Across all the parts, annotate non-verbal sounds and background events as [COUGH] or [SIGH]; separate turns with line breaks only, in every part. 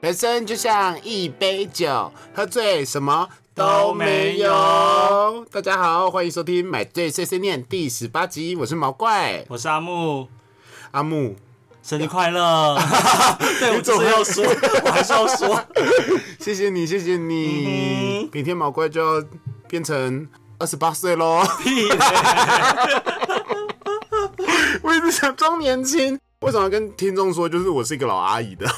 人生就像一杯酒，喝醉什么
都
都
没
没
有
有。大家好，欢迎收听《买醉碎碎念》第十八集，我是毛怪
我是阿木，
阿木。
生日
[LAUGHS]
快乐！对，我就是要说，我还是要说，
谢谢你，谢谢
嗯
你。明天毛怪就要变成二十八岁喽，
屁嘞！
[LAUGHS] 我一直想装年轻。为什么要跟听众说，就是我是一个老阿姨的？ [LAUGHS]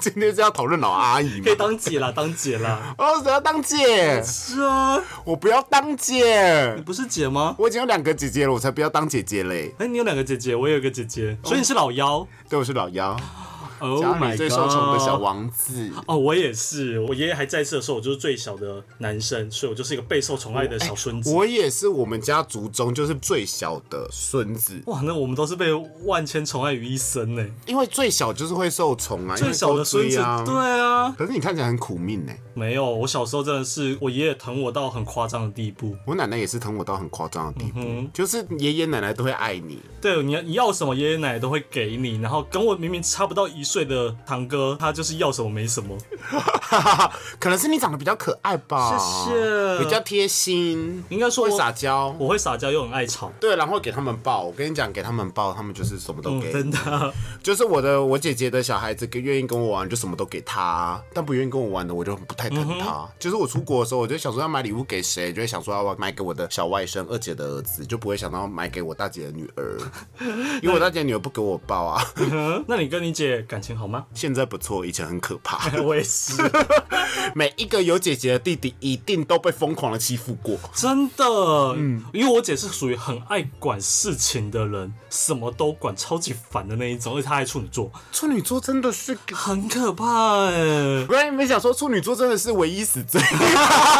今天是要讨论老阿姨
可以
吗？
当姐啦，当姐啦。
哦，我要当姐，
是啊，
我不要当姐
你，不是姐吗？
我已经有两个姐姐了，我才不要当姐姐嘞。
哎，你有两个姐姐，我也有一个姐姐，所以你是老幺。
对，我是老幺。
Oh
家
my
里
god！
最受宠的小王子。
哦，我也是。我爷爷还在世的时候，我就是最小的男生，所以我就是一个备受宠爱的小孙子。
我哎也是我们家族中就是最小的孙子，
哇，那我们都是被万千宠爱于一身呢。
因为最小就是会受宠啊，因
最
为
小的孙子，
哎都追啊。
对啊，
可是你看起来很苦命呢、
没有。我小时候真的是，我爷爷疼我到很夸张的地步。
我奶奶也是疼我到很夸张的地步，
嗯
就是爷爷奶奶都会爱你。 [LAUGHS]
对，你要你要什么，爷爷奶奶都会给你。然后跟我明明差不到一岁的堂哥，他就是要什么没什么。
哈哈哈，可能是你长得比较可爱吧，
谢谢
比较贴心，
应该说
会
我
撒娇。
我会撒娇又很爱吵，
对，然后给他们抱，我跟你讲，给他们抱，他们就是什么都给。
嗯，真的。
就是我的我姐姐的小孩子跟愿意跟我玩，就什么都给他；但不愿意跟我玩的，我就不太疼他。就是我出国的时候，我就想说要买礼物给谁，就会想说要买给我的小外甥二姐的儿子，就不会想到买给我大姐的女儿，因为我大姐的女儿不给我抱啊。
嗯那你跟你姐感情好吗？
现在不错，以前很可怕。 [LAUGHS]
我也是，
每一个有姐姐的弟弟一定都被疯狂的欺负过。
真的。嗯，因为我姐是属于很爱管事情的人，什么都管，超级烦的那一种。而且她还处女座，
处女座真的是个，
很可怕哎、
我刚才没想说处女座真的是唯一死罪，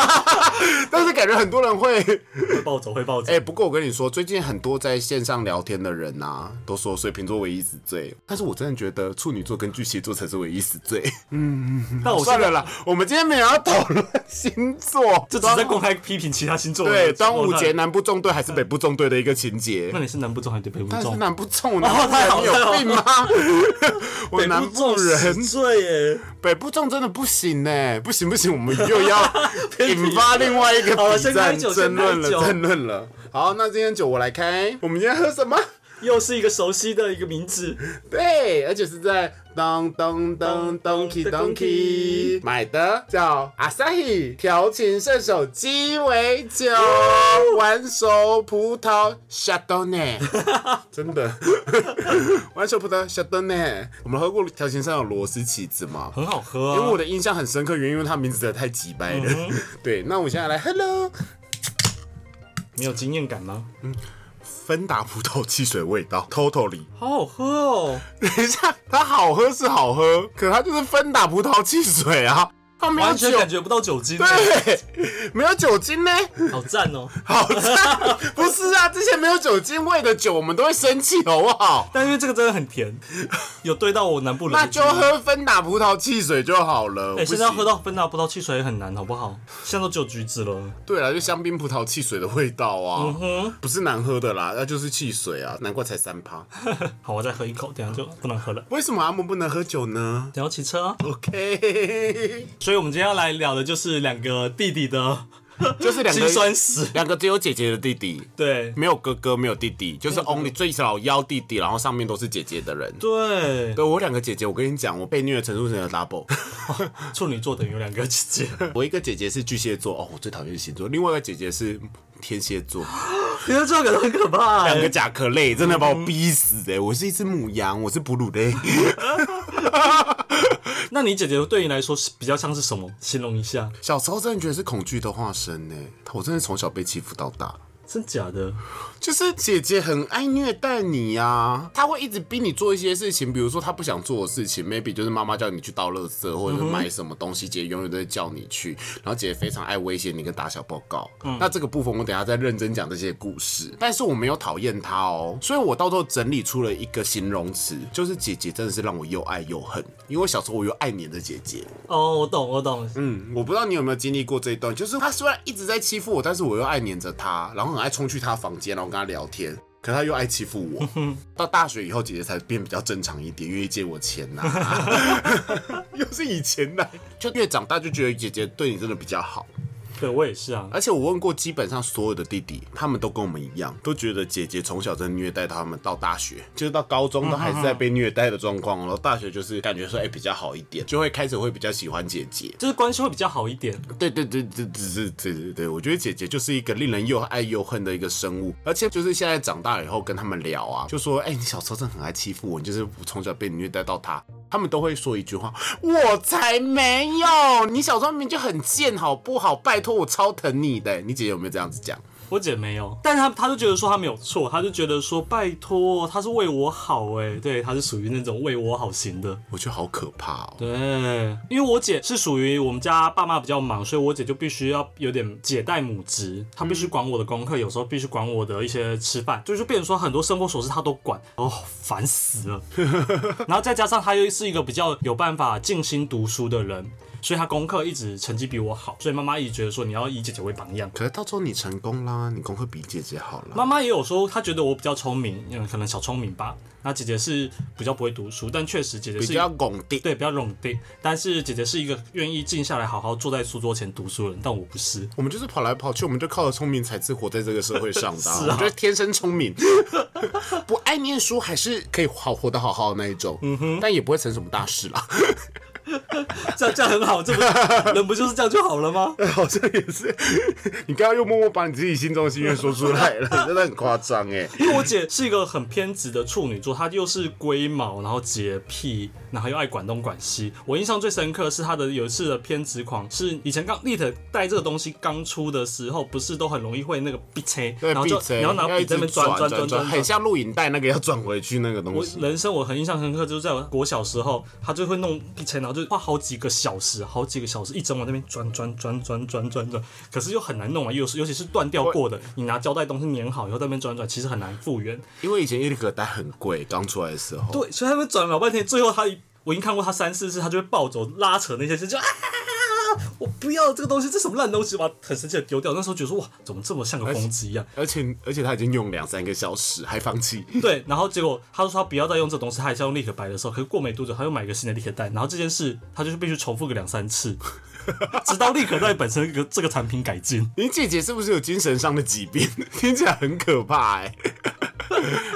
[LAUGHS] 但是感觉很多人会。
会暴走，会暴走。
哎、不过我跟你说，最近很多在线上聊天的人呐、啊，都说水瓶座唯一死罪，但是我真的觉得处女座跟巨蟹座才是唯一死罪。
但哦
[LAUGHS]
我
算
现在
了啦，我们今天没有要讨论星
[LAUGHS]
座，
就只是在公开批评其他星座的
对
人。
端午节
我看，
南部中队还是北部中队的一个情节
那。你是南部中还是北部
但是
中？
南部
[LAUGHS]
中，南
哦
部人你有病吗？ [LAUGHS] 我南部人，
罪耶。
北部中真的不行呢，不行不行，我们又要
[LAUGHS]
引发另外一个
好了
比
先开
战
酒
争论了，
先开酒
争论了。好，那今天酒我来开，我们今天喝什么？
又是一个熟悉的一个名字，
对，而且是在当当当 Donkey Donkey 买的，叫 Asahi 调情圣手鸡尾酒，玩手葡萄 Chardonnay，真的，玩手葡萄 Chardonnay。我们喝过调情圣手螺丝起子吗？
很好喝、啊。
因为我的印象很深刻，原因为它名字真的太鸡掰了。对，那我现在来 Hello
你有经验感吗？
芬达葡萄汽水味道，Totally。
好好喝哦，
[LAUGHS] 等一下，它好喝是好喝，可它就是芬达葡萄汽水啊，它没有
完
酒
全，感觉不到酒精，，
对，没有酒精呢，
好赞哦。
好赞，不是啊，这些没有酒精味的酒我们都会生气，好不好？
但因为这个真的很甜，有对到我南部人的
那
记忆。
就喝芬达葡萄汽水就好了。不
哎、现在要
行
喝到芬达葡萄汽水也很难，好不好？现在都只有橘子了。
对了，就香槟葡萄汽水的味道啊，
嗯，
不是难喝的啦，那就是汽水啊，难怪才三趴。
[LAUGHS] 好，我再喝一口，等一下就不能喝了。
为什么阿木不能喝酒呢
等一下要骑车啊、
？OK，
所以我们今天要来聊的就是两个弟弟的
就是两
辛
个
酸史。
两个只有姐姐的弟弟，
[LAUGHS] 对
没有哥哥，没有弟弟，就是 only 最少幺弟弟，然后上面都是姐姐的人。
对，
对我两个姐姐，我跟你讲，我被虐的程度是有 double。
处女座等于有两个姐姐。
我一个姐姐是巨蟹座，哦，我最讨厌星座；另外一个姐姐是天蝎座，
[LAUGHS] 你的这个很可怕、欸
两个甲壳类，真的把我逼死哎、我是一只母羊，我是哺乳类。
那你姐姐对你来说是比较像是什么？形容一下，
小时候真的觉得是恐惧的化身呢、欸我真的从小被欺负到大。
真假的？
就是姐姐很爱虐待你呀、她会一直逼你做一些事情，比如说她不想做的事情，maybe 就是妈妈叫你去倒垃圾或者是买什么东西，姐姐永远都会叫你去。然后姐姐非常爱威胁你跟打小报告。那这个部分我等一下再认真讲这些故事，但是我没有讨厌她哦，所以我到最后整理出了一个形容词，就是姐姐真的是让我又爱又恨，因为小时候我有爱黏着姐姐。
哦，我懂，我懂。
嗯，我不知道你有没有经历过这一段，就是他虽然一直在欺负我，但是我又爱黏着他，然后很爱冲去他房间，然后跟他聊天。可他又爱欺负我。到大学以后，姐姐才变比较正常一点，愿意借我钱呐、又是以前呐、就越长大就觉得姐姐对你真的比较好。
对我也是啊，
而且我问过，基本上所有的弟弟，他们都跟我们一样，都觉得姐姐从小在虐待他们，到大学就是到高中都还是在被虐待的状况，然后大学就是感觉说，哎、比较好一点，就会开始会比较喜欢姐姐。
就是关系会比较好一点。
对对对对对对对对对，我觉得姐姐就是一个令人又爱又恨的一个生物，而且就是现在长大以后跟他们聊啊，就说，哎、你小时候真的很爱欺负我，你就是从小被你虐待到他。他们都会说一句话：“我才没有，你小时候明明就很贱，好不好？拜托，我超疼你的。”你姐姐有没有这样子讲？
我姐没有，但是她她就觉得说她没有错，她就觉得说拜托，她是为我好哎、对，她是属于那种为我好型的。
我觉得好可怕哦。
对，因为我姐是属于我们家爸妈比较忙，所以我姐就必须要有点姐带母职，她必须管我的功课，有时候必须管我的一些吃饭，就是变成说很多生活琐事她都管， [LAUGHS] 哦，烦死了。 [LAUGHS] 然后再加上她又是一个比较有办法静心读书的人，所以她功课一直成绩比我好，所以妈妈一直觉得说你要以姐姐为榜样。
可是到时候你成功啦，你功课比姐姐好啦。
妈妈也有说，她觉得我比较聪明，嗯，可能小聪明吧。那姐姐是比较不会读书，但确实姐姐
比
是
较拱地，
对，比较冗定，但是姐姐是一个愿意静下来好好坐在书桌前读书的人，但我不是。
我们就是跑来跑去，我们就靠着聪明才智活在这个社会上的、
[LAUGHS] 是啊
我们就是天生聪明， [LAUGHS] 不爱念书还是可以好活得好好的那一种，嗯哼，但也不会成什么大事啦。
这样这样很好，这不人不就是这样 [LAUGHS] 就好了吗？
好像也是， [LAUGHS] 你刚刚又默默把你自己心中的心愿说出来
[LAUGHS]
了，真的很夸张哎。
因为我姐是一个很偏执的处女座，她又是龟毛，然后洁癖，然后又爱管东管西。我印象最深刻是她的有一次的偏执狂，是以前刚 Lit 带这个东西刚出的时候，不是都很容易会那个笔切，
对，
然后就
闭嘴
你要拿
一
笔
直
在那边
转
转
转
转转
很像录影带那个要转回去那个东
我
西。
人生我很印象深刻，就是在我国小时候，他就会弄一层，然后就花好几个小时，好几个小时一整晚在那边转转转转转转转，可是又很难弄完，尤尤其是断掉过的，你拿胶带东西粘好以后在那边转转，其实很难复原。
因为以前一盒带很贵，刚出来的时候，
对，所以他们转了老半天，最后他一我已经看过他三四次，他就会暴走拉扯那些事，就啊。我不要这个东西，这什么烂东西，把它很生气的丢掉。那时候觉得说，哇，怎么这么像个疯子一样？
而且而且他已经用两三个小时还放弃，
[LAUGHS] 对，然后结果他说他不要再用这东西，他还是要用立可白的时候，可是过没多久他又买一个新的立可袋，然后这件事他就是必须重复个两三次，直到立可袋本身这个这个产品改进。
你姐姐是不是有精神上的疾病？ [LAUGHS] 听起来很可怕哎、 [LAUGHS]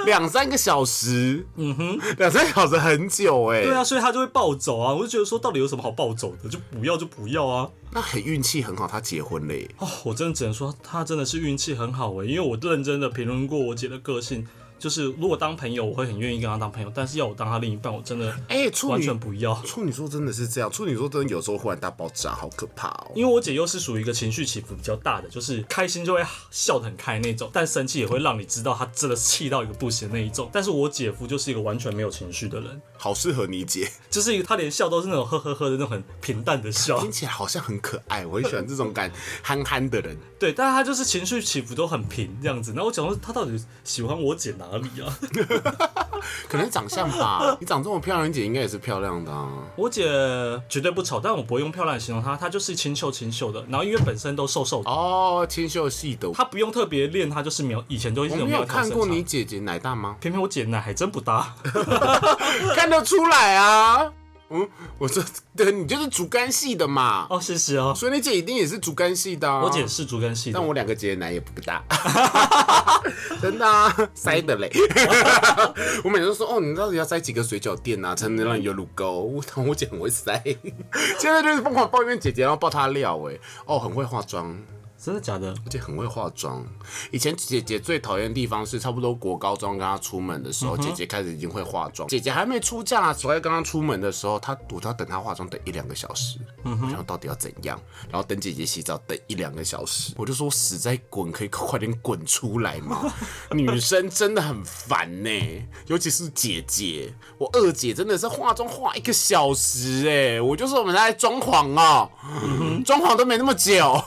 两三个小时，嗯哼，两三个小时很久哎、
对啊，所以他就会暴走啊！我就觉得说，到底有什么好暴走的？就不要就不要啊！
那很运气很好，她结婚了耶、
哦，我真的只能说他真的是运气很好诶、因为我认真的评论过我姐的个性，就是如果当朋友，我会很愿意跟她当朋友，但是要我当她另一半，我真的
哎处女
完全不要。
处女座真的是这样，处女座真的有时候忽然大爆炸，好可怕哦、
因为我姐又是属于一个情绪起伏比较大的，就是开心就会笑得很开那种，但生气也会让你知道她真的气到一个不行那一种。但是我姐夫就是一个完全没有情绪的人，
好适合你姐，
就是一个他连笑都是那种呵呵呵的那种很平淡的
[LAUGHS]
笑
听，起来好像很可爱，我很喜欢这种感憨憨的
[LAUGHS]
人。
对，但是他就是情绪起伏都很平这样子。那我讲说他到底喜欢我姐哪里啊？
可能长相吧，你长这么漂亮，你姐应该也是漂亮的啊。
我姐绝对不丑，但我不会用漂亮来形容她，她就是清秀清秀的，然后因为本身都瘦瘦的，
哦，清秀系的，
她不用特别练，她就是苗以前都是
我
那种
没
苗
有
条
看
身
过
材
你姐姐奶大吗？
偏偏我姐奶还真不搭。
看得出来啊。嗯，我这对你就是竹竿系的嘛，
[LAUGHS] 哦，谢谢哦。
所以你姐一定也是竹竿系的、啊。
我姐，是竹竿系的
但，我两个姐的奶也不大， [LAUGHS] 真的、啊、塞的嘞。 [LAUGHS] 我每次都说哦，你到底要塞几个水饺店啊，才能让你有乳沟？我我姐很会塞， [LAUGHS] 现在就是疯狂抱怨姐姐，然后爆她料哎、哦，很会化妆。
真的假的？
而且很会化妆。以前姐姐最讨厌的地方是，差不多国高中跟她出门的时候，姐姐开始已经会化妆。姐姐还没出嫁、啊，所以跟她出门的时候，她我都要等她化妆等一两个小时。我想到底要怎样，然后等姐姐洗澡等一两个小时，我就说死在滚，可以快点滚出来吗？女生真的很烦呢、尤其是姐姐，我二姐真的是化妆化一个小时哎、我就说我们在装潢哦、装潢都没那么久。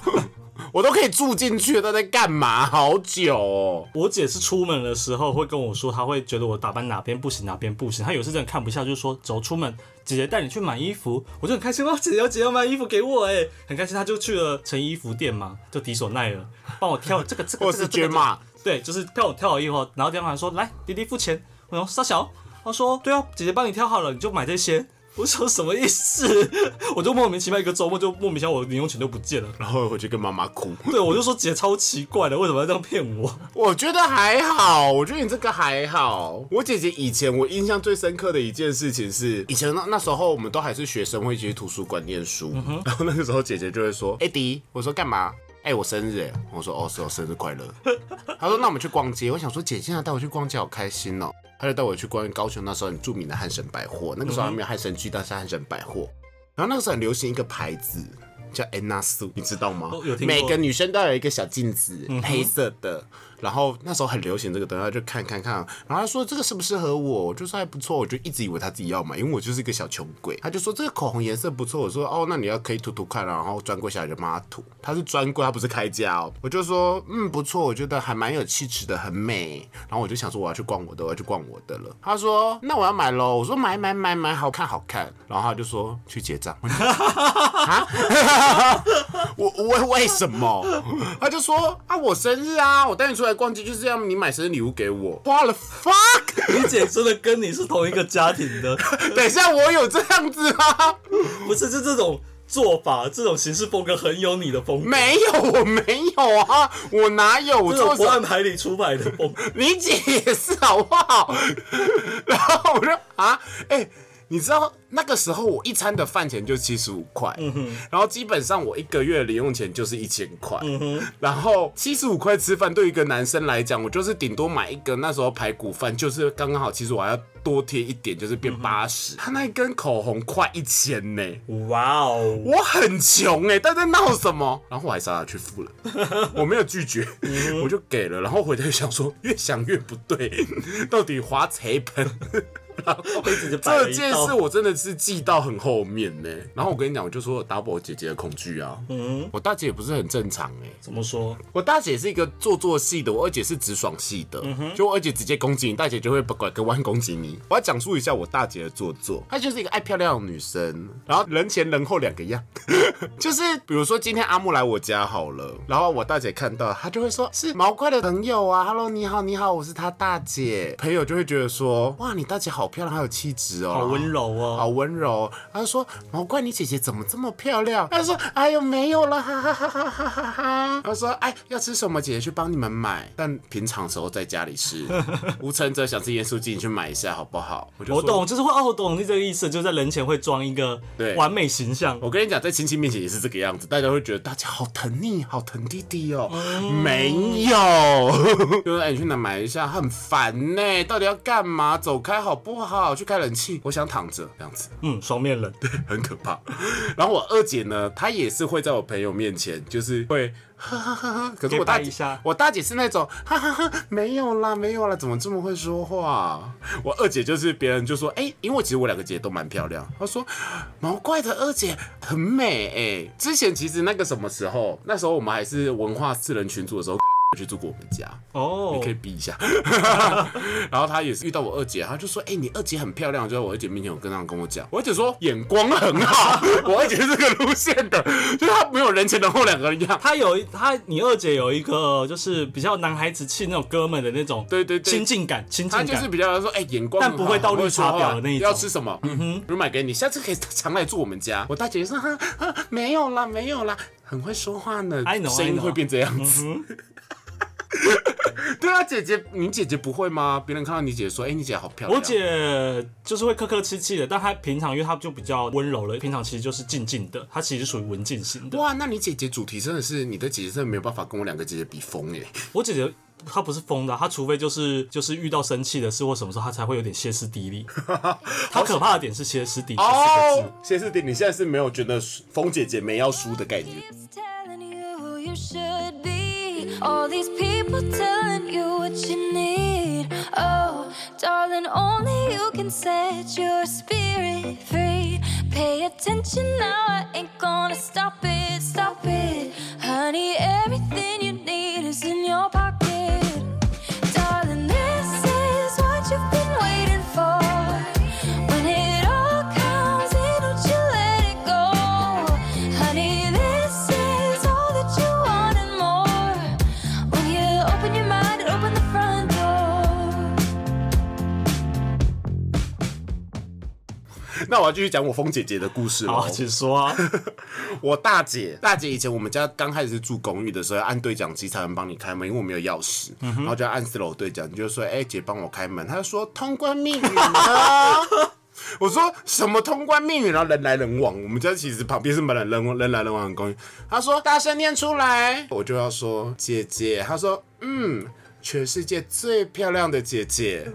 我都可以住进去了，他在干嘛？好久哦。
我姐是出门的时候会跟我说，她会觉得我打扮哪边不行，哪边不行。她有时真的看不下，就说走出门，姐姐带你去买衣服，我就很开心哇， [LAUGHS] 姐姐要姐姐要买衣服给我哎、很开心。她就去了成衣服店嘛，就迪索奈尔帮我挑这个这个，
或
[LAUGHS] 这个
是
这个
Gemma
对，就是跳舞跳好以后，然后店员说来，弟弟付钱。我说傻小，他说对啊，姐姐帮你挑好了，你就买这些。我说什么意思？我就莫名其妙一个周末就莫名其妙我的零用钱都不见了。
然后回去跟妈妈哭。
[LAUGHS] 对，我就说姐超奇怪的，为什么要这样骗我？
[LAUGHS] 我觉得还好，我觉得你这个还好。我姐姐以前我印象最深刻的一件事情是，以前那那时候我们都还是学生，会去图书馆念书。
嗯
然后那个时候姐姐就会说：“哎、迪，我说干嘛？”哎、我生日，我说哦，是哦，生日快乐。 [LAUGHS] 她说那我们去逛街。我想说，姐现在带我去逛街好开心哦。她就带我去逛高雄那时候很著名的汉神百货，那个
嗯
时候还没有汉神居，但是汉神百货。然后那个时候很流行一个牌子叫 Anna Sue，你知道吗？
哦有听过
每个女生都有一个小镜子，黑色的。然后那时候很流行这个东西，她就看看看。然后她说这个适不适合我？我就说还不错，我就一直以为她自己要买，因为我就是一个小穷鬼。她就说这个口红颜色不错，我说哦，那你要可以涂涂看啊。然后专柜小姐就帮她涂，她是专柜，她不是开价哦。我就说嗯不错，我觉得还蛮有气质的，很美。然后我就想说我要去逛我的，我要去逛我的了。她说那我要买喽。我说买买买买，好看好看。然后她就说去结账。我就我我为什么？ [LAUGHS] 他就说啊，我生日啊，我带你出来逛街就是要你买生日礼物给我。What the
[LAUGHS]
fuck？
你姐真的跟你是同一个家庭的，
等一下，我有这样子啊吗？
不是就这种做法，这种行事风格很有你的风格，
没有，我没有啊，我哪有？我
这种
做
不
什么
按牌理出牌的风格。 [LAUGHS]
你姐也是好不好？ [LAUGHS] 然后我说啊，哎、你知道那个时候我一餐的饭钱就七十五块，然后基本上我一个月的零用钱就是一千块，然后七十五块吃饭对于一个男生来讲，我就是顶多买一个那时候排骨饭，就是刚刚好，其实我还要多贴一点，就是变八十、他那一根口红快一千呢，
哇哦！
我很穷哎、欸，但在闹什么？然后我还是让他去付了，我没有拒绝，我就给了。然后回头就想说，越想越不对， [LAUGHS] 到底划谁本？ [LAUGHS] 然后
就摆
这
了一道
件事我真的是记到很后面呢、然后我跟你讲，我就说我打破我姐姐的恐惧啊。嗯，我大姐也不是很正常哎、
怎么说？
我大姐是一个做作系的，我二姐是直爽系的，
嗯
就我二姐直接攻击你，大姐就会不拐个弯攻击你。我要讲述一下我大姐的做作，她就是一个爱漂亮的女生，然后人前人后两个样， [LAUGHS] 就是比如说今天阿木来我家好了，然后我大姐看到她就会说是毛怪的朋友啊，Hello 你好你好，我是她大姐，朋友就会觉得说哇你大姐好漂亮，好有气质哦，
好温柔哦。
好温柔。他就说：“毛怪，你姐姐怎么这么漂亮？”他就说：“哎呦，没有了，哈哈哈哈哈哈哈。”他说：“哎，要吃什么，姐姐去帮你们买。”但平常时候在家里吃，吴承泽想吃盐酥鸡，你去买一下好不好？我就
我
说
懂，就是会哦，我懂你这个意思，就是在人前会装一个
对
完美形象。
我跟你讲，在亲戚面前也是这个样子，大家会觉得大家好疼你，好疼弟弟哦。没有， [LAUGHS] 就是哎，你去哪买一下，很烦呢、到底要干嘛？走开好不好？去开冷气，我想躺着这样子。
嗯，双面人，
很可怕。然后我二姐呢，她也是会在我朋友面前，就是会哈哈哈哈。可是我大
给掰
姐
一下，
我大姐是那种哈哈哈，没有啦，没有啦，怎么这么会说话？我二姐就是别人就说，哎、因为其实我两个姐都蛮漂亮，她说毛怪的二姐很美哎、之前其实那个什么时候，那时候我们还是文化四人群组的时候。 [LAUGHS] 去住过我们家，
哦
你可以逼一下。 [LAUGHS] 然后他也是遇到我二姐，他就说：“哎、你二姐很漂亮。”就在我二姐面前，有跟他跟我讲，我二姐说眼光很
[LAUGHS]
好。我二姐是这个路线的，就是她没有人前人后两个人一
[LAUGHS]
样。
他有一他，你二姐有一个就是比较男孩子气那种哥们的那种，
对对对
亲近感，亲
她
近
就是
感。
比较说，哎、眼光很好，
但不会到绿茶婊的那一种
要吃什么？嗯哼，我买给你，下次可以常来住我们家。我大姐就说：“哈哈，没有啦，没有啦，很会说话呢
I know，嗯
声
I
音
know
会变这样子。 [LAUGHS] 对啊，姐姐，你姐姐不会吗？别人看到你姐说：“哎、你姐好漂亮。”
我姐就是会客客气气的，但她平常因为她就比较温柔了，平常其实就是静静的，她其实属于文静型的。
哇，那你姐姐主题真的是你的姐姐真的没有办法跟我两个姐姐比疯欸耶。
我姐姐她不是疯的啊，她除非就是就是遇到生气的事或什么时候，她才会有点歇斯底里。她可怕的点是歇斯底里这四个字。，
[LAUGHS] 谢世鼎，你现在是没有觉得疯姐姐没要输的概念？
keeps telling you you should be. All these people telling you what you need. Oh, darling, only you can set your spirit free. Pay attention now, I ain't gonna stop it, stop it. Honey, everything you need is in your pocket. Darling, this is what you've been waiting for. When it all comes in, don't you let it go. Honey, this is all that you want and more. When you open your mind and open
那我要继续讲我峰姐姐的故事哦
好，
了。
请说啊。 [LAUGHS]
我大姐，大姐以前我们家刚开始住公寓的时候，要按对讲机才能帮你开门，因为我没有钥匙，然后就要按四楼对讲，你就说：“哎、姐，帮我开门。”她就说：“通关密语呢？”我说什么通关密语，然后人来人往。我们家其实旁边是本来人人来人往的公寓。她说大声念出来，我就要说姐姐。她说嗯，全世界最漂亮的姐姐。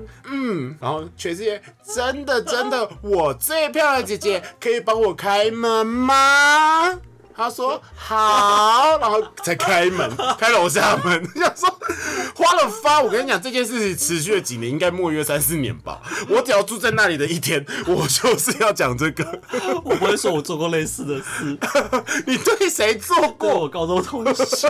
然后全世界真的真的，我最漂亮的姐姐可以帮我开门吗？他说好，然后才开门，开楼下门。想说花了发，我跟你讲这件事情持续了几年，应该莫约三四年吧。我只要住在那里的一天，我就是要讲这个。 [LAUGHS]
我不会说我做过类似的事，
你对谁做
对
过？
我高中同学，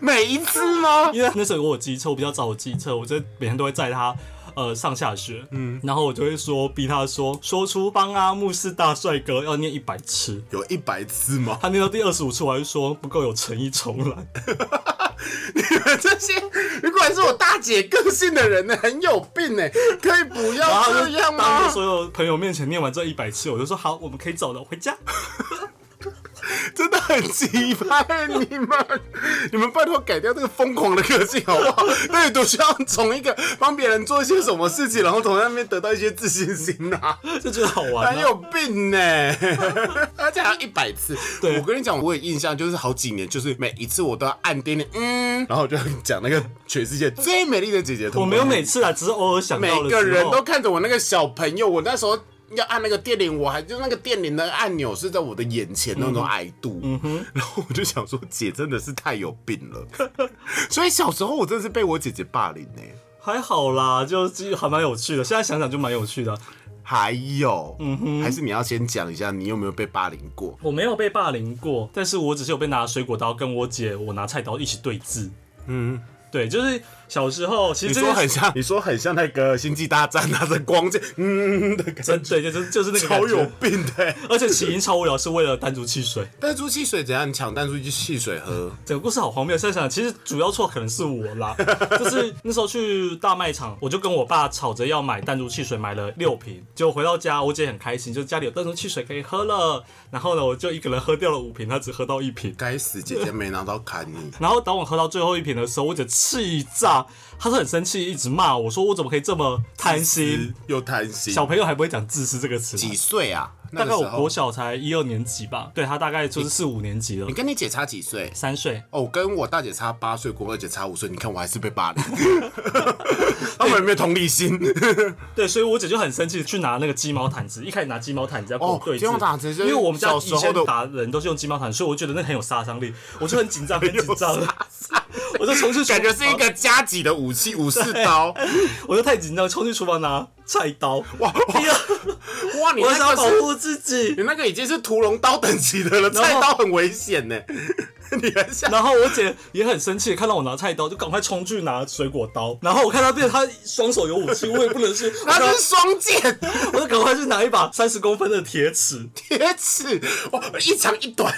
每一次吗？
因为那时候我有机车，我比较早有机车，我就每天都会载他。呃，上下学，嗯，然后我就会说，逼他说，说出帮阿木是大帅哥，要念一百次。
有一百次吗？
他念到第二十五次，我还是说不够有诚意重来。
[LAUGHS] 你们这些，你果然是我大姐个性的人呢，很有病呢，可以不
然
要
后
[LAUGHS] 这
就
样
当
吗
着？所有朋友面前念完这一百次，我就说好，我们可以走了，回家。 [LAUGHS]
真的很奇葩，你们，你们拜托改掉这个疯狂的个性好不好？那你多需要从一个帮别人做一些什么事情，然后从那边得到一些自信心
[LAUGHS]
啊，
这觉得好玩、
很
啊。
有病
[LAUGHS]
呢、而且还要一百次。
对
我跟你讲，我有印象，就是好几年，就是每一次我都要按点点，嗯，然后我就讲那个全世界最美丽的姐姐。
我没有每次啊，只是偶尔想到
每
的时
个
候。
人都看着我那个小朋友，我那时候。要按那个电铃，我还就那个电铃的按钮是在我的眼前那
嗯
种矮度，然后我就想说，姐真的是太有病了。所以小时候我真的是被我姐姐霸凌欸呢、
还好啦，就是还蛮有趣的。现在想想就蛮有趣的。
还有，
嗯
还是你要先讲一下你有没有被霸凌过？
我没有被霸凌过，但是我只是有被拿水果刀跟我姐我拿菜刀一起对峙。
嗯，
对，就是小时候其
你
实这
说
件
很像，你说很像那个《星际大战》拿着光
[LAUGHS]
剑，嗯的感觉，
真对，就是就是那个感
超
觉
有，病的、欸。
而且起因超无聊，是为了弹珠汽水。
弹珠汽水怎样？你抢弹珠汽水喝？
整个故事好荒谬，现在想，其实主要错可能是我啦。
[LAUGHS]
就是那时候去大卖场，我就跟我爸吵着要买弹珠汽水，买了六瓶。结果回到家，我姐很开心，就家里有弹珠汽水可以喝了。然后呢，我就一个人喝掉了五瓶，她只喝到一
[LAUGHS]
瓶。
该死，姐姐没拿到砍你。
然后当我喝到最后一瓶的时候，我姐气炸，她是很生气，一直骂我说我怎么可以这么贪心。
又贪心。
小朋友还不会讲自私这个词，
几岁啊？那
大
个
概我
时候
国小才一二年级吧，对她大概就是四五年级了
你，跟你姐差几岁？
三岁。
哦，我跟我大姐差八岁，跟我二姐差五岁。你看我还是被霸凌， [LAUGHS] 他们有没有同理
[LAUGHS]
心？
对，所以我姐就很生气，去拿那个鸡毛毯子，一开始拿鸡毛毯子要跟我
哦
对峙，
鸡毛毯子就是
因为我们家
小
以
时候
前
的
打人都是用鸡毛毯，所以我觉得那很有杀伤力，我就很
[LAUGHS]
紧张，很紧张，我就冲去厨
感觉是一
房，
个加急的武器，武士刀。
我就太紧张，冲去厨房拿菜刀， [LAUGHS]
哇，哇
第二，
哇你
我想
那
要
个
保
是，
护自己
你。那个已经是屠龙刀等级的了，
然后
菜刀很危险呢。 [LAUGHS] 你很像
然后我姐也很生气，看到我拿菜刀就赶快冲去拿水果刀。然后我看她变，她双手有武器，我也不能是，
[LAUGHS]
我
他
赶
是双剑 [LAUGHS]
我就赶快去拿一把三十公分的铁尺，
铁尺，哦，一长一
[LAUGHS]
短，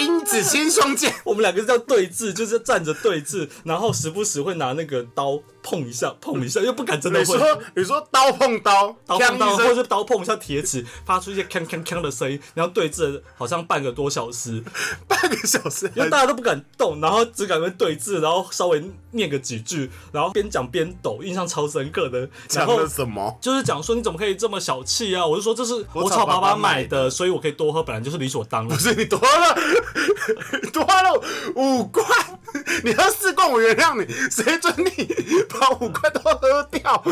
英子清双剑。
我们两个这样对峙， [LAUGHS] 就是站着对峙，然后时不时会拿那个刀碰一下，碰一下，又不敢真的
你
会。
说你说刀碰刀，
刀碰
锵一
刀，或
声
者是刀碰一下铁尺，发出一些锵锵锵的声音，然后对峙了好像半个多小时，
半个小时，
因为大家都不敢动，然后只敢跟对峙，然后稍微念个几句，然后边讲边抖，印象超深刻的。然
讲 [LAUGHS]
后
了什么？
就是讲说你怎么可以这么小气啊！我就说这是
我
我
找
找
爸
爸
爸
爸
买
买的，所以我可以多喝，本来就是理所当然
不。是你多了， [LAUGHS] 多了五罐，你喝四罐我原谅你，谁准你把五罐都喝掉？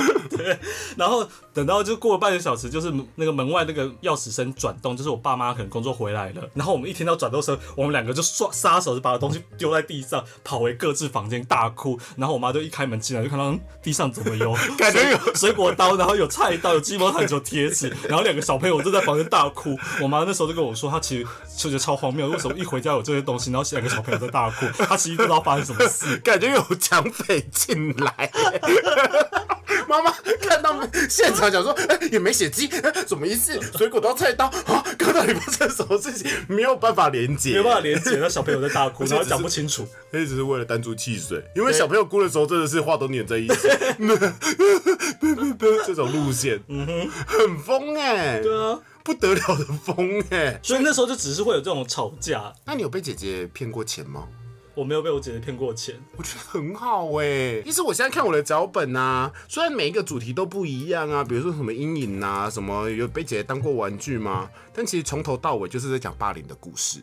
然后等到就过了半个小时，就是那个门外那个钥匙声转动，就是我爸妈可能工作回来了。然后我们一听到转动声，我们两个就刷撒手就把东西丢在地上，跑回各自房间大哭。然后我妈就一开门进来就看到嗯地上怎么有
[LAUGHS] 感觉有
水水果刀，然后有菜刀，有鸡毛毯，有铁尺，然后两个小朋友就在房间大哭。我妈那时候就跟我说，她其实就觉得超荒谬，为什么一回家有这些东西，然后两个小朋友在大哭，她其实不知道发生什
[LAUGHS]
么事。
感觉有抢匪进来。 [LAUGHS] 妈妈看到现场想说，哎、也没血迹、哎什么意思？水果刀、菜刀啊，刚到底发生什么事情？没有办法连接，
没有办法连接，那小朋友在大哭，
而且
然后
只
讲
是
不清楚。
那只是为了单出汽水，因为小朋友哭的时候真的是话都粘在一起， [LAUGHS] 这种路线，嗯哼，很疯哎、
对啊，
不得了的疯哎、
所以那时候就只是会有这种吵架。
那你有被姐姐骗过钱吗？
我没有被我姐姐骗过钱，
我觉得很好哎、其实我现在看我的脚本啊，虽然每一个主题都不一样啊，比如说什么阴影啊，什么有被姐姐当过玩具吗？但其实从头到尾就是在讲霸凌的故事。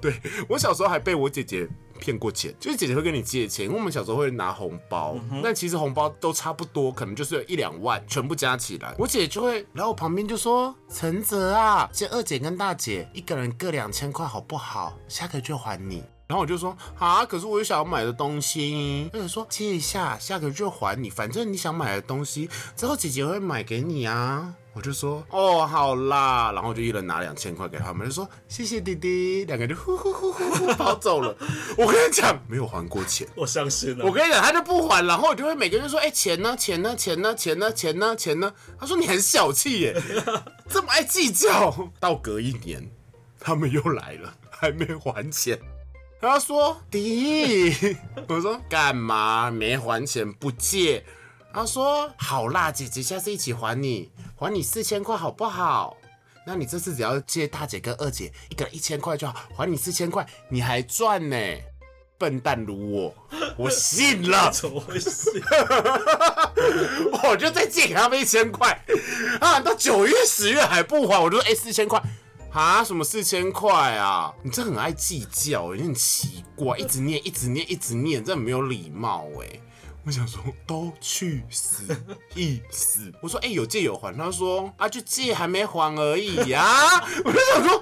对我小时候还被我姐姐骗过钱，就是姐姐会跟你借钱，因为我们小时候会拿红包，但其实红包都差不多，可能就是有一两万，全部加起来，我姐姐就会来我旁边就说：“陈泽啊，这二姐跟大姐一个人各两千块好不好？下个月就还你。”然后我就说啊，可是我有想要买的东西。而且说借一下，下个月就还你，反正你想买的东西之后姐姐会买给你啊。我就说哦，好啦，然后我就一人拿两千块给他们，就说谢谢弟弟，两个人就呼呼呼呼 [LAUGHS] 呼跑走了。我跟你讲，没有还过钱。
我相信了。，
我跟你讲，他就不还，然后我就会每个人说，哎、钱呢？钱呢？钱呢？钱呢？钱呢？钱呢？他说你很小气 [LAUGHS] 耶，这么爱计较。到隔一年，他们又来了，还没还钱。他说：“弟，我说干嘛没还钱不借？”他说：“好啦，姐姐，下次一起还你，还你四千块好不好？那你这次只要借大姐跟二姐一个人一千块就好，还你四千块，你还赚呢。”笨蛋如我，我信了
怎么回事？ [LAUGHS]
[LAUGHS] 我就再借给他们一千块啊！到九月、十月还不还，我就说哎，四千块啊，什么四千块啊？你这很爱计较，有点奇怪，一直念，一直念，一直念，这很没有礼貌哎、我想说，都去死， [LAUGHS] 一死！我说，哎、有借有还。他说，啊，就借还没还而已呀、 [LAUGHS] 我就想说，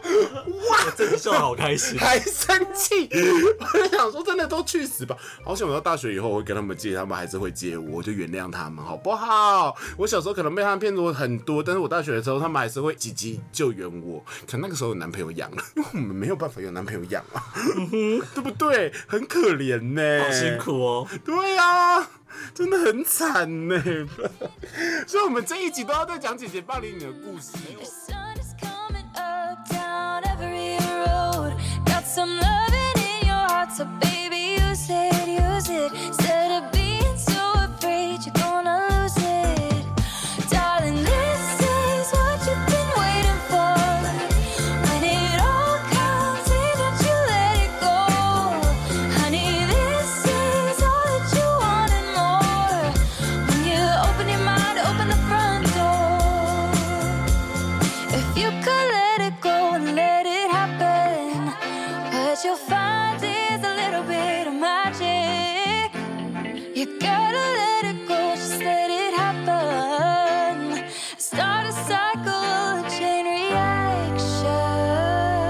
哇，
这你笑得好开心。
还生气， [LAUGHS] 我就想说，真的都去死吧！好想我到大学以后，我会跟他们借，他们还是会借我，我就原谅他们，好不好？我小时候可能被他们骗过很多，但是我大学的时候，他们还是会积极救援我。可那个时候有男朋友养了，因为我们没有办法有男朋友养啊，对不对？很可怜呢、
好辛。苦哦，
[LAUGHS] 对啊，真的很惨呢、 [LAUGHS] 所以，我们这一集都要再讲姐姐霸凌你的故事。
The sun is coming up down every road. Got some loving in your heart, so baby, use it, use it. Instead of being so afraid, you're gonna lose it. Darling, this is what you've been waiting for. When it all comes in, don't you let it go. Honey, this is all that you want and more. When you open your mind, open the front door. If you could let it go and let it happen, what you'll find is a little bit of magic. You gotta let it go, just let it happen. Start a cycle, a chain reaction.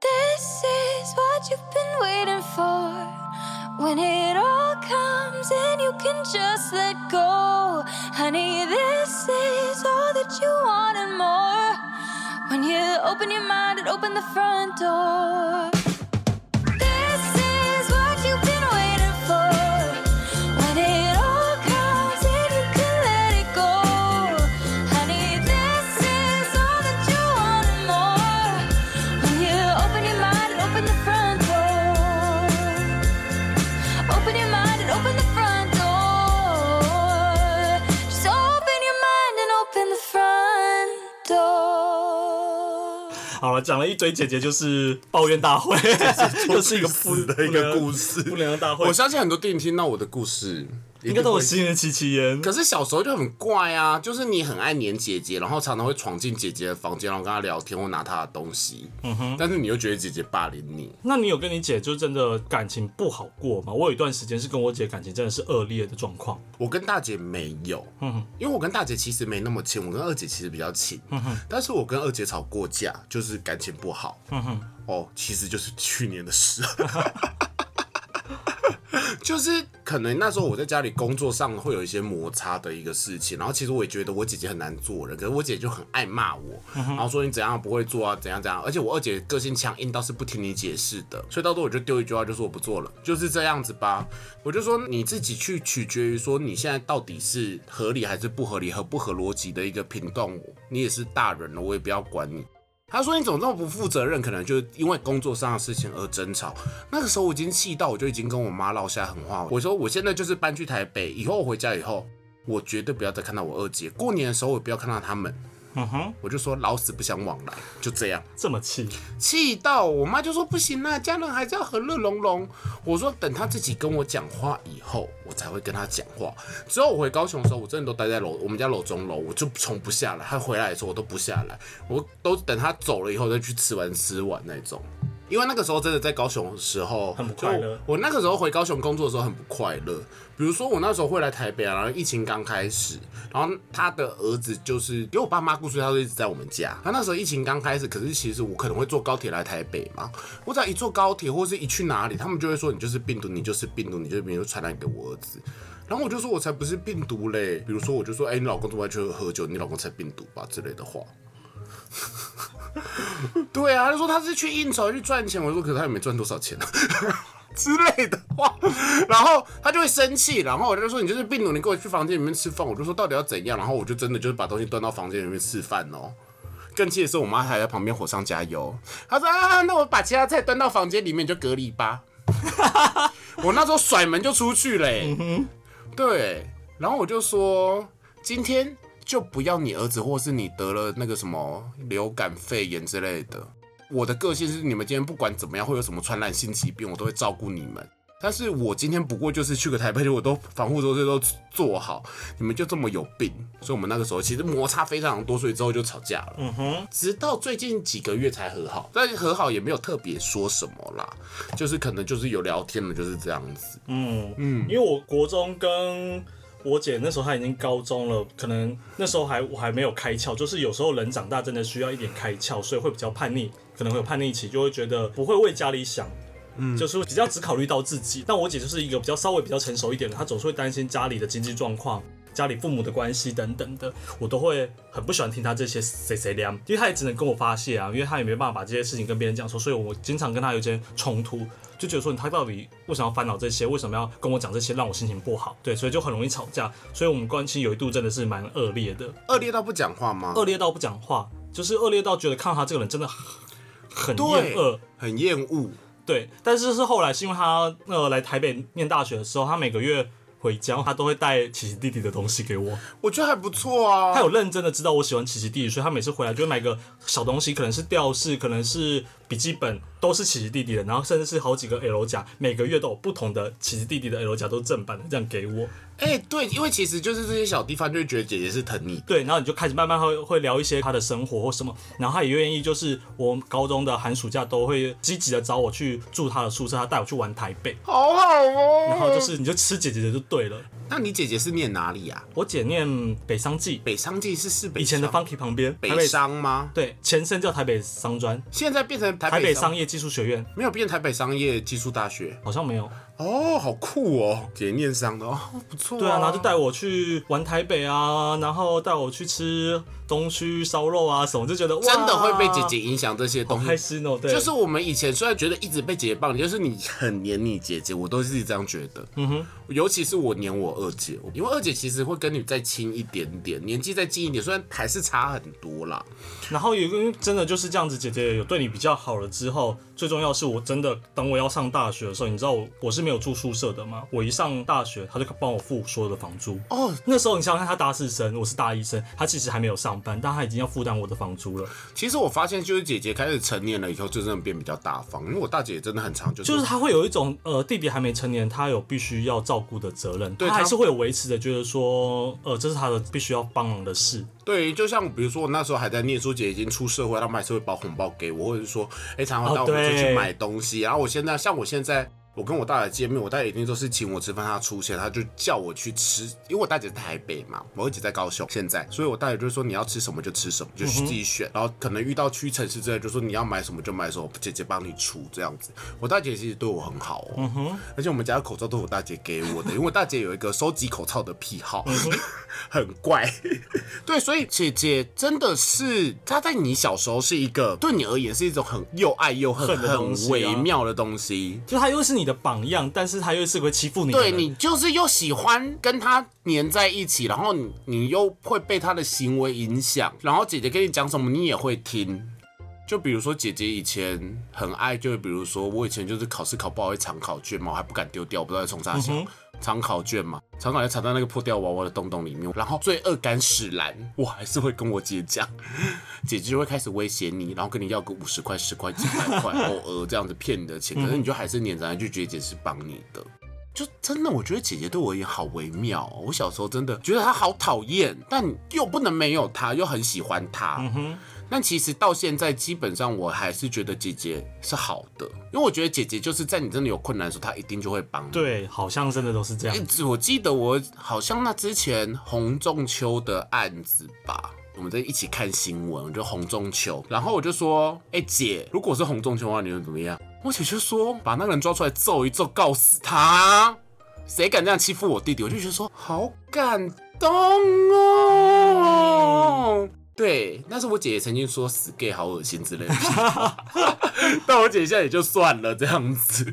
This is what you've been waiting for. When it all comes in, you can just let go. Honey, this is all that you want and more. When you open your mind and open the front door. This is what you've been waiting for. When it all comes in, you can let it go. Honey, this is all that you want and more. When you open your mind and open the front door. Open your mind and open the front door. Just open your mind and open the front door.
好了，讲了一堆，姐姐就是抱怨大会，又是一个不
死的一个故事
不良大会
我，相信很多弟弟听到我的故事，应
应该都有新人戚戚焉。
可是小时候就很怪啊，就是你很爱黏姐姐，然后常常会闯进姐姐的房间，然后跟她聊天或拿她的东西。嗯哼，但是你又觉得姐姐霸凌你，
那你有跟你姐就真的感情不好过吗？我有一段时间是跟我姐感情真的是恶劣的状况，
我跟大姐没有，嗯，因为我跟大姐其实没那么亲，我跟二姐其实比较亲，嗯哼，但是我跟二姐吵过架，就是感情不好，嗯哼，哦，其实就是去年的事，就是可能那时候我在家里工作上会有一些摩擦的一个事情，然后其实我也觉得我姐姐很难做人，可是我姐就很爱骂我，然后说你怎样不会做啊，怎样怎样，而且我二姐个性强硬，倒是不听你解释的，所以到时候我就丢一句话，就说我不做了，就是这样子吧。我就说你自己去取决于说你现在到底是合理还是不合理，合不合逻辑的一个评断我，你也是大人了，我也不要管你。他说：“你怎么这么不负责任？可能就是因为工作上的事情而争吵。那个时候我已经气到，我就已经跟我妈落下狠话。我说我现在就是搬去台北，以后我回家以后，我绝对不要再看到我二姐，过年的时候我不要看到他们。
嗯哼，
我就说老死不相往来，就这样。
这么气，
气到我妈就说不行啦，家人还是要和乐融融。我说等她自己跟我讲话以后，我才会跟她讲话。之后我回高雄的时候，我真的都待在楼我们家楼中楼，我就从不下来。她回来的时候我都不下来，我都等她走了以后再去吃完吃完那种。因为那个时候真的在高雄的时候
很不快乐
就我那个时候回高雄工作的时候很不快乐。比如说我那时候会来台北啊，然后疫情刚开始，然后他的儿子就是给我爸妈故事，他就一直在我们家。他那时候疫情刚开始，可是其实我可能会坐高铁来台北嘛，我只要一坐高铁或是一去哪里，他们就会说你就是病毒，你就是病毒，你就是病毒，传染给我儿子。然后我就说，我才不是病毒嘞。比如说，我就说，哎、你老公怎么去喝酒？你老公才病毒吧之类的话。 [LAUGHS] 对啊，他就说他是去应酬去赚钱，我说可是他也没赚多少钱啊之类的话， [LAUGHS] 然后他就会生气，然后我就说你就是病毒，你跟我去房间里面吃饭，哦我就说到底要怎样，然后我就真的就是把东西端到房间里面吃饭哦。更气的是，我妈还在旁边火上加油，她说啊，那我把其他菜端到房间里面你就隔离吧。我那时候甩门就出去嘞、对，然后我就说今天就不要你儿子，或是你得了那个什么流感肺炎之类的。我的个性是，你们今天不管怎么样，会有什么传染性疾病，我都会照顾你们。但是我今天不过就是去个台北，我都防护措施都做好，你们就这么有病，所以我们那个时候其实摩擦非常多，所以之后就吵架了。嗯哼，直到最近几个月才和好，但是和好也没有特别说什么啦，就是可能就是有聊天了，就是这样子。
嗯嗯，因为我国中跟我姐那时候她已经高中了，可能那时候还我还没有开窍，就是有时候人长大真的需要一点开窍，所以会比较叛逆，可能会有叛逆期，就会觉得不会为家里想。嗯，就是比较只考虑到自己，但我姐就是一个比较稍微比较成熟一点的，她总是会担心家里的经济状况、家里父母的关系等等的，我都会很不喜欢听她这些谁谁凉，因为她也只能跟我发泄啊，因为她也没办法把这些事情跟别人讲说，所以我经常跟她有一些冲突，就觉得说你她到底为什么要烦恼这些，为什么要跟我讲这些，让我心情不好，对，所以就很容易吵架，所以我们关系有一度真的是蛮恶劣的，
恶劣到不讲话吗？
恶劣到不讲话，就是恶劣到觉得看到她这个人真的很很厌恶。
很厌恶。
对，但是是后来是因为他呃来台北念大学的时候，他每个月回家，他都会带琪琪弟弟的东西给我。
我觉得还不错啊。
他有认真的知道我喜欢琪琪弟弟，所以他每次回来就会买个小东西，可能是吊饰，可能是笔记本，都是琪琪弟弟的，然后甚至是好几个 L 夹，每个月都有不同的琪琪弟弟的 L 夹都是正版的，这样给我。
哎、对，因为其实就是这些小地方就会觉得姐姐是疼你。
对，然后你就开始慢慢会会聊一些他的生活或什么，然后他也愿意就是我高中的寒暑假都会积极的找我去住他的宿舍，他带我去玩台北，
好好哦。
然后就，是你就吃姐姐的就对了。
那你姐姐是念哪里啊？
我姐念北商技，
北商记是市北
以前的
商
Funky 旁边，台
北商吗？
对，前身叫台北商专，
现在变成台
台北
商
商业技术学院
没有变台北商业技术大学
好像没有。
哦，好酷哦！姐念商的哦，不错、
对啊，然后就带我去玩台北啊，然后带我去吃东区烧肉啊什么，就觉得哇，
真的会被姐姐影响这些东
开
西。
心哦。对，
就是我们以前虽然觉得一直被姐姐棒，就是你很黏你姐姐，我都是这样觉得。嗯哼，尤其是我黏我二姐，因为二姐其实会跟你再亲一点点，年纪再近一点，虽然还是差很多啦。
然后有个真的就是这样子，姐姐有对你比较好了之后，最重要是我真的等我要上大学的时候，你知道我我是没有住宿舍的嘛，我一上大学，她就帮我付所有的房租。
哦，
那时候你想想看，她大四生，我是大一生，她其实还没有上班，但她已经要负担我的房租了。
其实我发现就是姐姐开始成年了以后，就真的变比较大方，因为我大姐真的很常就是
就是他会有一种呃，弟弟还没成年，他有必须要照顾的责任，
对
他还
他
是会有维持的，觉得说呃，这是他的必须要帮忙的事。
对，就像比如说我那时候还在念书，姐已经出社会，他们还是会包红包给我，或者是说，哎、常常带我们出
哦对
去买东西。然后我现在像我现在，我跟我大姐见面，我大姐一定都是请我吃饭，她出钱，她就叫我去吃，因为我大姐在台北嘛，我二姐在高雄，现在，所以我大姐就说你要吃什么就吃什么，就自己选。然后可能遇到屈臣氏之类，就说你要买什么就买什么，姐姐帮你出这样子。我大姐其实对我很好
嗯
哦，而且我们家的口罩都是我大姐给我的，因为我大姐有一个收集口罩的癖
[LAUGHS]
好，很怪。 [LAUGHS] 对，所以姐姐真的是她在你小时候是一个对你而言是一种很又爱又恨、
恨的东西啊
很微妙的东西。
就他又是你的榜样，但是他又是个会欺负你的
对
人。
你就是又喜欢跟她黏在一起，然后你你又会被她的行为影响，然后姐姐跟你讲什么你也会听。就比如说姐姐以前很爱，就比如说我以前就是考试考不好会藏考卷嘛，我还不敢丢掉，我不知道在冲啥想。常考卷嘛，常考卷藏在那个破掉娃娃的洞洞里面，然后罪恶感使然，我还是会跟我姐讲，姐姐就会开始威胁你，然后跟你要个五十块、十块、几百块，偶尔这样子骗你的钱，可是你就还是黏着她，就觉得姐是帮你的。就真的，我觉得姐姐对我也好微妙、哦。我小时候真的觉得她好讨厌，但又不能没有她，又很喜欢她。但其实到现在，基本上我还是觉得姐姐是好的，因为我觉得姐姐就是在你真的有困难的时候，她一定就会帮你。
对，好像真的都是这样
一。直我记得我好像那之前洪仲秋的案子吧。我们在一起看新闻，我就洪仲秋，然后我就说：“哎、姐，如果是洪仲秋的话，你会怎么样？”我姐就说：“把那个人抓出来揍一揍，告死他！谁敢这样欺负我弟弟？”我就觉得说好感动哦。对，但是我姐也曾经说死 gay 好恶心之类的屁话， [LAUGHS] 但我姐现在也就算了这样子。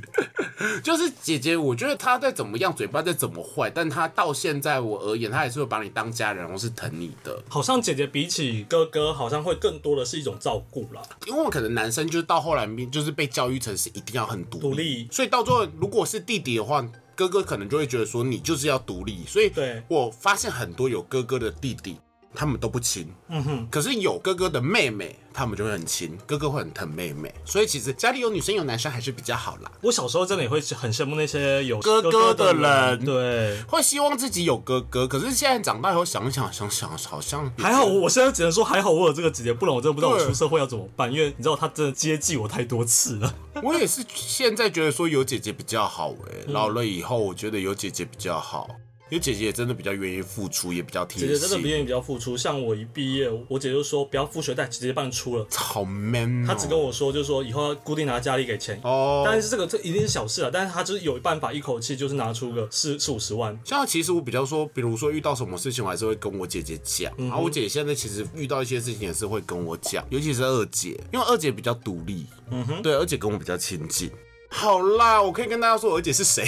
就是姐姐，我觉得她再怎么样，嘴巴再怎么坏，但她到现在我而言，她还是会把你当家人，然后是疼你的。
好像姐姐比起哥哥，好像会更多的是一种照顾啦。
因为可能男生就是到后来就是被教育成是一定要很独立，
独立
所以到最后如果是弟弟的话。哥哥可能就会觉得说你就是要独立，所以
对
我发现很多有哥哥的弟弟，他们都不亲，
嗯哼，
可是有哥哥的妹妹，他们就会很亲，哥哥会很疼妹妹，所以其实家里有女生有男生还是比较好啦，
我小时候真的也会很羡慕那些有
哥
哥
的人
人。对，
会希望自己有哥哥。可是现在长大以后想一想想想，好像也
还好，我现在只能说还好我有这个姐姐，不然我真的不知道我
对
出社会要怎么办。因为你知道她真的接济我太多次了。
[LAUGHS] 我也是现在觉得说有姐姐比较好诶、老了以后我觉得有姐姐比较好，因为姐姐也真的比较愿意付出，也比较贴
姐
心。
姐真的比你比较付出，像我一毕业，我姐就说不要付学贷，直接帮你出了。
好 man 哦、
她只跟我说，就是说以后要固定拿家里给钱。
哦，
但是这个这一定是小事啊，但是她就是有办法一口气就是拿出个四四五
[LAUGHS]
十万，
像其实我比较说，比如说遇到什么事情，我还是会跟我姐姐讲。
嗯
然后我姐现在其实遇到一些事情也是会跟我讲，尤其是二姐，因为二姐比较独立，嗯哼，对，二姐跟我比较亲近。好啦，我可以跟大家说我二姐是
[LAUGHS]
谁，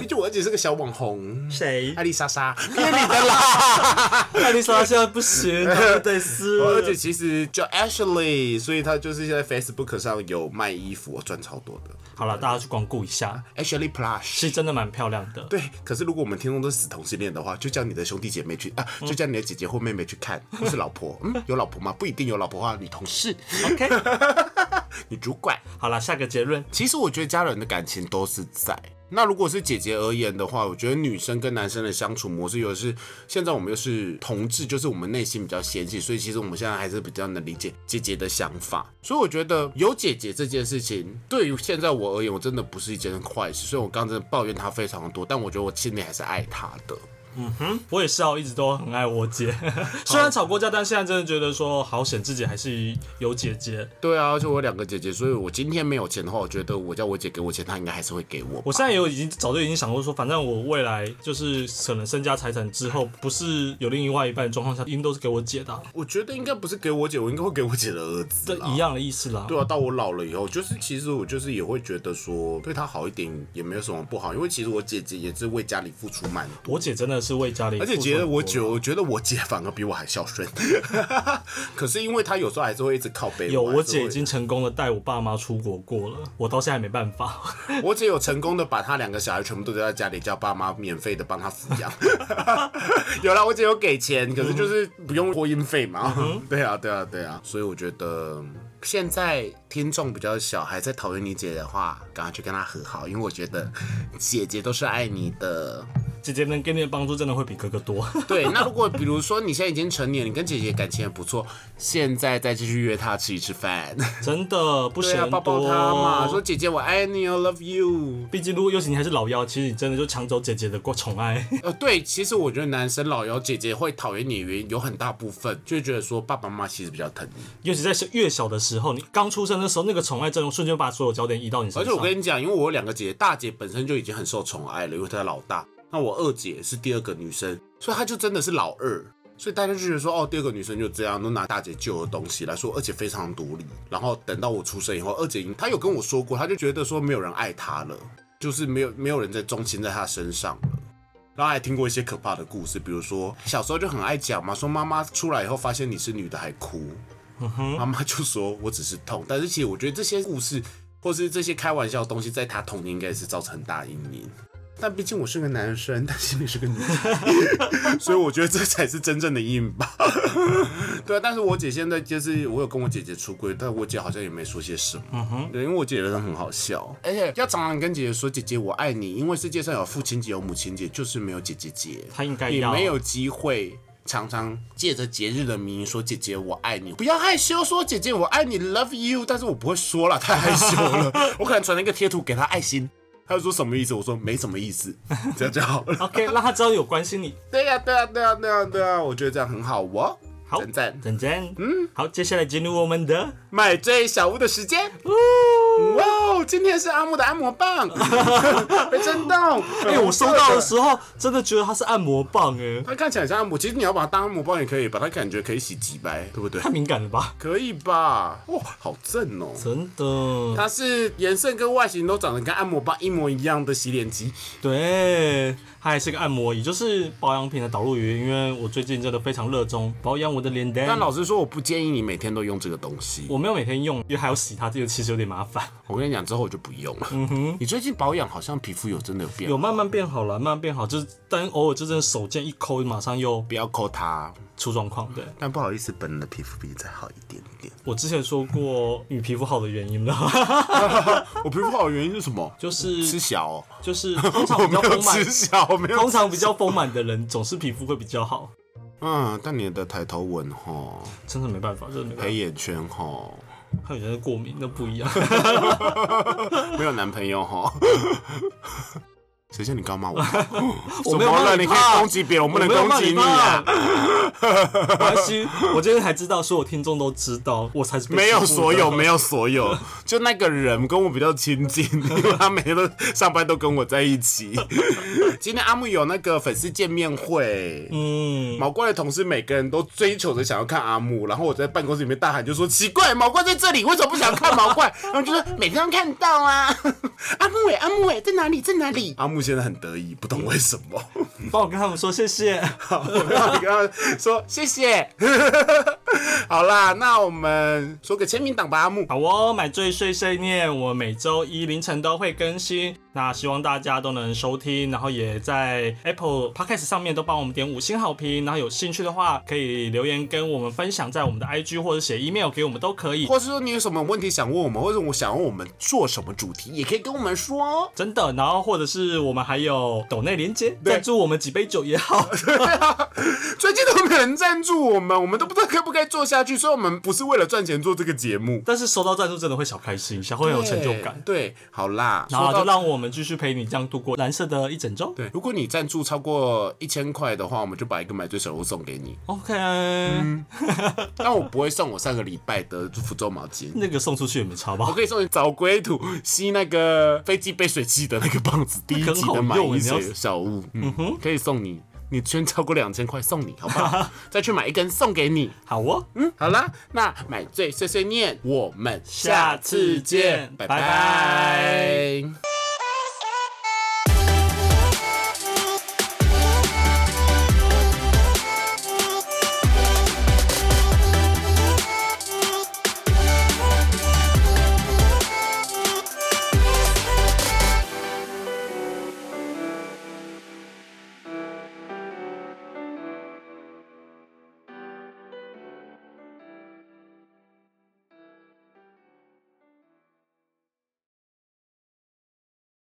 毕竟我二姐是个小网红，
谁
艾丽莎莎，骗你的啦。
艾丽莎现在不行，她得撕
[LAUGHS] 我二姐其实叫 Ashley，所以她就是现在 Facebook 上有卖衣服，我赚超多的。
好了，大家去光顾一下，
Ashley Plush
是真的蛮漂亮的。
对，可是如果我们听众都是死同性恋的话，就叫你的兄弟姐妹去啊，就叫你的姐姐或妹妹去看，不是老婆，嗯，有老婆吗？不一定有老婆的话，女同事、 [LAUGHS]
OK，
女主管。
好了，下个结论，
其实我觉得家人的感情都是在。那如果是姐姐而言的话，我觉得女生跟男生的相处模式，有的是现在我们又是同志，就是我们内心比较纤细，所以其实我们现在还是比较能理解姐姐的想法。所以我觉得有姐姐这件事情，对于现在我而言，我真的不是一件坏事。虽然我刚刚真的抱怨她非常多，但我觉得我心里还是爱她的。
我也是啊，我一直都很爱我姐，虽然吵过架，但现在真的觉得说好险自己还是有姐姐。
对啊，而且我有两个姐姐，所以我今天没有钱的话，我觉得我叫我姐给我钱，她应该还是会给我吧。
我现在也有已经早就已经想过说，反正我未来就是可能身家财产之后，不是有另外一半的状况下，应都是给我姐的啊，
我觉得应该不是给我姐，我应该会给我姐的儿子
这
啦。
一样的意思啦。
对啊，到我老了以后，就是其实我就是也会觉得说对她好一点也没有什么不好，因为其实我姐姐也是为家里付出蛮多，
我姐真的是为家里，
而且觉得我姐，我觉得我姐反而比我还孝顺。 [LAUGHS] 可是因为她有时候还是会一直靠背
有
我，还
我
是会
姐已经成功的带我爸妈出国过了，我到现在还没办法。 [LAUGHS]
我姐有成功的把她两个小孩全部都丢在家里，叫爸妈免费的帮她抚养。 [LAUGHS] 有啦，我姐有给钱，可是就是不用托运费
嗯
嘛。 [LAUGHS] 对啊，对啊，对啊。所以我觉得现在听众比较小，还在讨论你姐的话，赶快去跟她和好，因为我觉得姐姐都是爱你的。
姐姐能给你的帮助真的会比哥哥多。 [LAUGHS]
对，那如果比如说你现在已经成年，你跟姐姐感情也不错，现在再继续约她吃一吃饭， [LAUGHS]
真的不
对
嫌
啊，
多。
抱抱她嘛，说姐姐我爱你，I love you。
毕竟如果尤其你还是老幺，其实你真的就抢走姐姐的过宠爱。 [LAUGHS]
呃，对，其实我觉得男生老幺姐姐会讨厌你，原因有很大部分就会觉得说爸爸妈妈其实比较疼你，
尤其在越小的时候，你刚出生的时候，那个宠爱阵容瞬间把所有焦点移到你身上。
而且我跟你讲，因为我有两个姐姐，大姐本身就已经很受宠爱了，因为她老大，那我二姐是第二个女生，所以她就真的是老二。所以大家就觉得说，哦，第二个女生就这样，都拿大姐旧的东西来说，而且非常独立。然后等到我出生以后，二姐已经她有跟我说过，她就觉得说没有人爱她了，就是没有没有人在钟情在她身上了。然后还听过一些可怕的故事，比如说小时候就很爱讲嘛，说妈妈出来以后发现你是女的还哭，妈妈就说我只是痛，但是其实我觉得这些故事或是这些开玩笑的东西，在她童年应该是造成很大阴影。但毕竟我是个男生，但心里是个女生，
[LAUGHS]
所以我觉得这才是真正的硬吧。 [LAUGHS] 对啊，但是我姐现在就是我有跟我姐姐出轨，但我姐好像也没说些什么。
嗯
对，因为我姐人很好笑，而且要常常跟姐姐说：“姐姐，我爱你。”因为世界上有父亲节，有母亲节，就是没有姐姐节。
她应该
也
要
没有机会。常常借着节日的名义说“姐姐我爱你”，不要害羞说“姐姐我爱你 ”，love you。但是我不会说了，太害羞
[LAUGHS]
了。我可能传了一个贴图给她爱心，她就说什么意思？我说没什么意思，这样就好了。
OK，让他知道有关心你。
对呀、对呀、对呀、对呀、对呀、我觉得这样很好哦。
好，
赞赞
赞赞。嗯，好，接下来进入我们的
买醉小屋的时间。哇哦，今天是阿木的按摩棒，被震动。
哎、
哎
我收到的时候真的觉得它是按摩棒哎、
它看起来很像按摩，其实你要把它当按摩棒也可以，把它感觉可以洗几白，对不对
太？敏感了吧？
可以吧？哇，好正哦！
真的，
它是颜色跟外形都长得跟按摩棒一模一样的洗脸机，
对，它还是个按摩椅，就是保养品的导入语。因为我最近真的非常热衷保养我的脸蛋
但，老实说，我不建议你每天都用这个东西。
我没有每天用，因为还要洗它，这个其实有点麻烦。
我跟你讲，之后我就不用了。你最近保养好像皮肤有真的有变好，
嗯有慢慢变好了，慢慢变好，就是但偶尔就真的手贱一抠，马上又
不要抠它。啊
出状况。对
但不好意思，本人的皮肤比你再好一点点。
我之前说过与皮肤好的原因
[LAUGHS]
了，[LAUGHS]
我皮肤好的原因是什么？
就
[LAUGHS]
是
吃小哦、
就是通常
我
比
没
较
有
丰满
吃，小，我没有。
通常比较丰满的人总是皮肤会比
[LAUGHS]
较好，
嗯，但你的抬头纹哈，
真的没办法，真的没办
黑眼圈哈，
法，还有人是过敏，那不一样。
没有男朋友哈。 [LAUGHS] 谁叫你刚骂我？
[LAUGHS] 我
我
没
怎么
有骂
了？
你
你可
爸
以攻击别 [LAUGHS] 人，我不能
[LAUGHS] 没有
攻
骂
击
你
你啊！ [LAUGHS]
爸。没关系，我今天才知道，所有听众都知道，我才是被
没有
欺负的
所有，没有所
[LAUGHS]
有，就那个人跟我比较亲近，因为他每天都上班都跟我在一
[LAUGHS]
起。今天阿木有那个粉丝见面会，
嗯，
毛怪的同事每个人都追求着想要看阿木，然后我在办公室里面大喊就说奇怪，毛怪在这里，为什么不想看毛
[LAUGHS]
怪？然后就说每天都看到啊，阿木哎，阿木哎，在哪里，在哪里？
嗯
阿木现在很得意，不懂为什
[LAUGHS]
么。
帮我跟他们说
[LAUGHS]
谢谢。
我要跟他说谢
[LAUGHS]
谢。好啦，那我们说个签名档吧，阿木。
好哦，买醉碎碎念，我每周一凌晨都会更新，那希望大家都能收听，然后也在 Apple Podcast 上面都帮我们点五星好评，然后有兴趣的话可以留言跟我们分享，在我们的 IG 或者写 email 给我们都可以。
或是说你有什么问题想问我们，或者我想问我们做什么主题，也可以跟我们说哦。
真的，然后或者是我们还有抖内连接，
对
赞助我们几杯酒也好。 [LAUGHS]
最近都没有人赞助我们，我们都不知道该不该做下去，所以我们不是为了赚钱做这个节目，
但是收到赞助真的会小开心，小会有成就感。
对，对好啦，
然后
说
就
到
让我们继续陪你这样度过蓝色的一整周。
对，如果你赞助超过一千块的话，我们就把一个买醉小屋送给你。
OK，、
嗯但我不会送我上个礼拜的福州毛巾。
那个送出去也没差
我
吧？
可以送你找龟土吸那个飞机杯水器的那个棒子，第一集的买一水小物，嗯哼，可以送你。你捐超过两千块送你，好不好？再去买一根送给你。
好哦，
嗯，好啦，那买醉碎碎念，我们
下次见
拜
拜
拜
拜